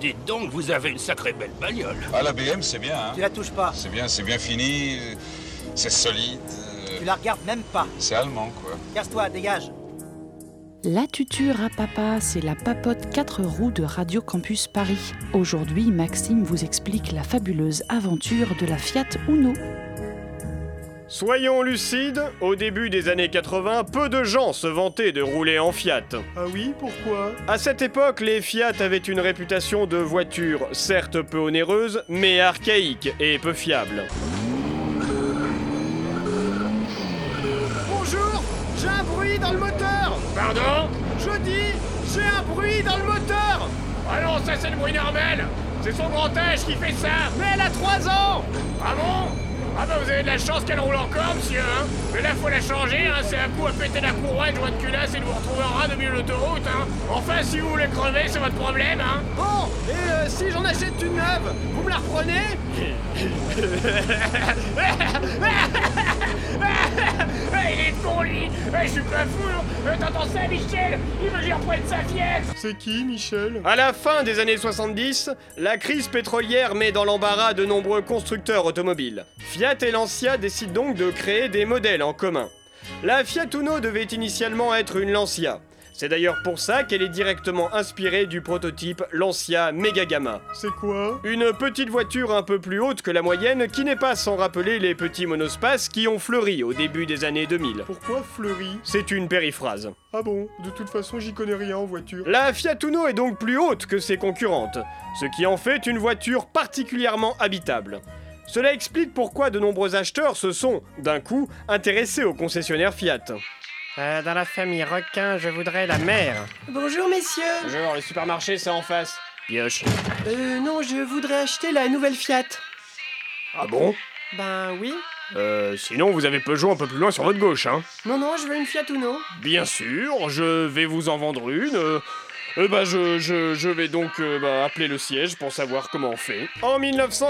Dites donc, vous avez une sacrée belle bagnole. Ah, la BM, c'est bien, hein Tu la touches pas. C'est bien, c'est bien fini, euh, c'est solide, euh, Tu la regardes même pas. c'est allemand, quoi. Casse-toi, dégage. La tuture à papa, c'est la papote 4 roues de Radio Campus Paris. Aujourd'hui, Maxime vous explique la fabuleuse aventure de la Fiat Uno. Soyons lucides, au début des années 80, peu de gens se vantaient de rouler en Fiat. Ah oui, pourquoi À cette époque, les Fiat avaient une réputation de voiture certes peu onéreuse, mais archaïque et peu fiable. Bonjour J'ai un bruit dans le moteur Pardon Je dis, j'ai un bruit dans le moteur Ah non, ça c'est le bruit normal C'est son grand âge qui fait ça Mais elle a 3 ans Ah bon Ah bah vous avez de la chance qu'elle roule encore, monsieur, hein Mais là, faut la changer, hein C'est un coup à péter la couronne, joie de culasse, et de vous retrouver en rade au milieu de l'autoroute, hein Enfin, si vous voulez crever, c'est votre problème, hein Bon, et euh, si j'en achète une neuve, vous me la reprenez Ah, il est con, lui Ah, Je suis pas fou, hein T'entends ça, Michel Il veut que je lui reprenne sa fièvre C'est qui, Michel À la fin des années 70, la crise pétrolière met dans l'embarras de nombreux constructeurs automobiles. Fiat et Lancia décident donc de créer des modèles en commun. La Fiat Uno devait initialement être une Lancia. C'est d'ailleurs pour ça qu'elle est directement inspirée du prototype Lancia Megagama. C'est quoi Une petite voiture un peu plus haute que la moyenne qui n'est pas sans rappeler les petits monospaces qui ont fleuri au début des années 2000. Pourquoi Fleury C'est une périphrase. Ah bon, de toute façon, j'y connais rien en voiture. La Fiat Uno est donc plus haute que ses concurrentes, ce qui en fait une voiture particulièrement habitable. Cela explique pourquoi de nombreux acheteurs se sont, d'un coup, intéressés au concessionnaire Fiat. Euh, dans la famille requin, je voudrais la mère. Bonjour messieurs. Genre, le supermarché, c'est en face. Pioche. Euh non, je voudrais acheter la nouvelle Fiat. Ah bon Ben oui. Euh, sinon, vous avez Peugeot un peu plus loin sur votre gauche, hein Non non, je veux une Fiat Uno. Bien sûr, je vais vous en vendre une. Euh, eh ben, je, je- je vais donc euh, bah, appeler le siège pour savoir comment on fait. En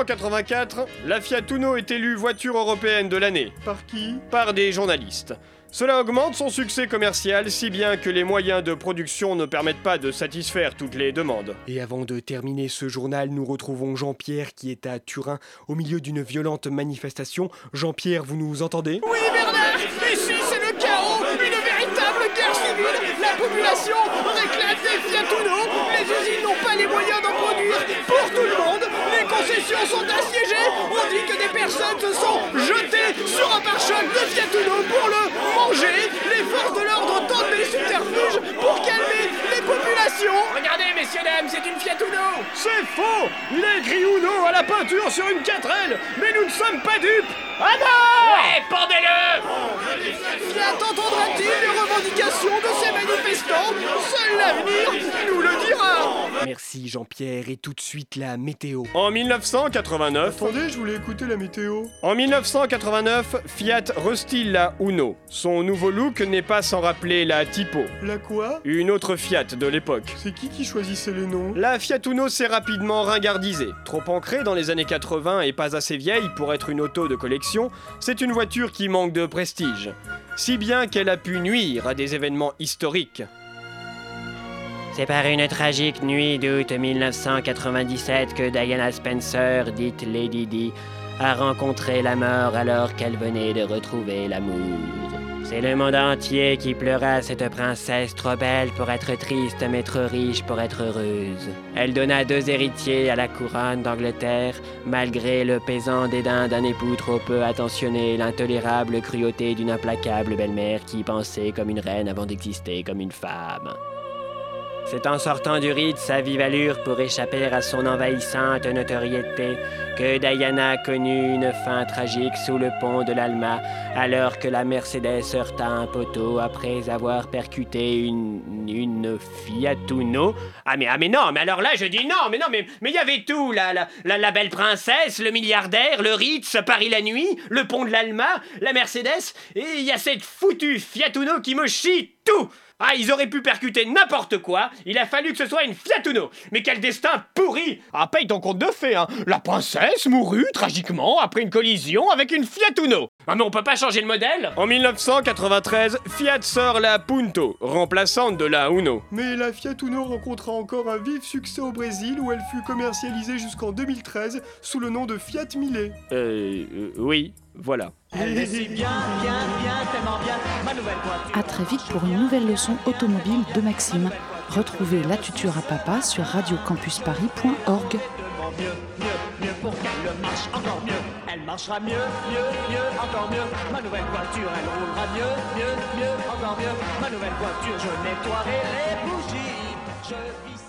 1984, la Fiat Uno est élue voiture européenne de l'année Par qui par des journalistes. Cela augmente son succès commercial, si bien que les moyens de production ne permettent pas de satisfaire toutes les demandes. Et avant de terminer ce journal, nous retrouvons Jean-Pierre qui est à Turin au milieu d'une violente manifestation. Jean-Pierre, vous nous entendez Oui, Bernard Ici, c'est le chaos Une véritable guerre civile La population réclame des Fiat Uno Les usines n'ont pas les moyens d'en produire pour tout le monde Les concessions sont assiégées On dit que des personnes se sont jetées sur un pare-choc de Fiat Uno pour le manger Les forces de l'ordre tentent des subterfuges pour calmer les populations Regardez, messieurs, dames, c'est une Fiat Uno C'est faux Il a écrit Uno à la peinture sur une 4L, mais nous ne sommes pas dupes Ah non Eh, pendez-le Fiat entendra-t-il les revendications de ces manifestants Seul l'avenir nous le dira Merci Jean-Pierre et tout de suite la météo. En 1989, Attendez, je voulais écouter la météo. En 1989, Fiat restyle la Uno. Son nouveau look n'est pas sans rappeler la Tipo, La quoi une autre Fiat de l'époque. C'est qui qui choisissait les noms La Fiat Uno s'est rapidement ringardisée. Trop ancrée dans les années 80 et pas assez vieille pour être une auto de collection, c'est une voiture qui manque de prestige. Si bien qu'elle a pu nuire à des événements historiques. C'est par une tragique nuit d'août 1997 que Diana Spencer, dite Lady Di, a rencontré la mort alors qu'elle venait de retrouver l'amour. C'est le monde entier qui pleura cette princesse trop belle pour être triste mais trop riche pour être heureuse. Elle donna deux héritiers à la couronne d'Angleterre, malgré le pesant dédain d'un époux trop peu attentionné et l'intolérable cruauté d'une implacable belle-mère qui pensait comme une reine avant d'exister comme une femme. C'est en sortant du rite sa vive allure pour échapper à son envahissante notoriété que Diana connut une fin tragique sous le pont de l'Alma, alors que la Mercedes heurta un poteau après avoir percuté une. une Fiat Uno. Ah mais, ah mais non, mais alors là je dis non, mais non, mais mais il y avait tout, la, la, la, la belle princesse, le milliardaire, le Ritz, Paris la nuit, le pont de l'Alma, la Mercedes, et il y a cette foutue Fiat Uno qui me chie tout Ah, ils auraient pu percuter n'importe quoi, il a fallu que ce soit une Fiat Uno. Mais quel destin pourri Ah, paye ton compte de fées, hein La princesse mourut tragiquement après une collision avec une Fiat Uno Ah mais on peut pas changer le modèle En 1993, Fiat sort la Punto, remplaçante de la Uno. Mais la Fiat Uno rencontra encore un vif succès au Brésil où elle fut commercialisée jusqu'en 2013 sous le nom de Fiat Millet. Euh, oui, voilà. À très vite pour une nouvelle leçon automobile de Maxime. Retrouvez La Tuture à Papa sur radiocampusparis.org. pour qu'elle marche encore mieux. Elle marchera mieux, mieux, mieux, encore mieux. Ma nouvelle voiture, elle roulera mieux, mieux, mieux, encore mieux. Ma nouvelle voiture, je nettoierai les bougies. Je vis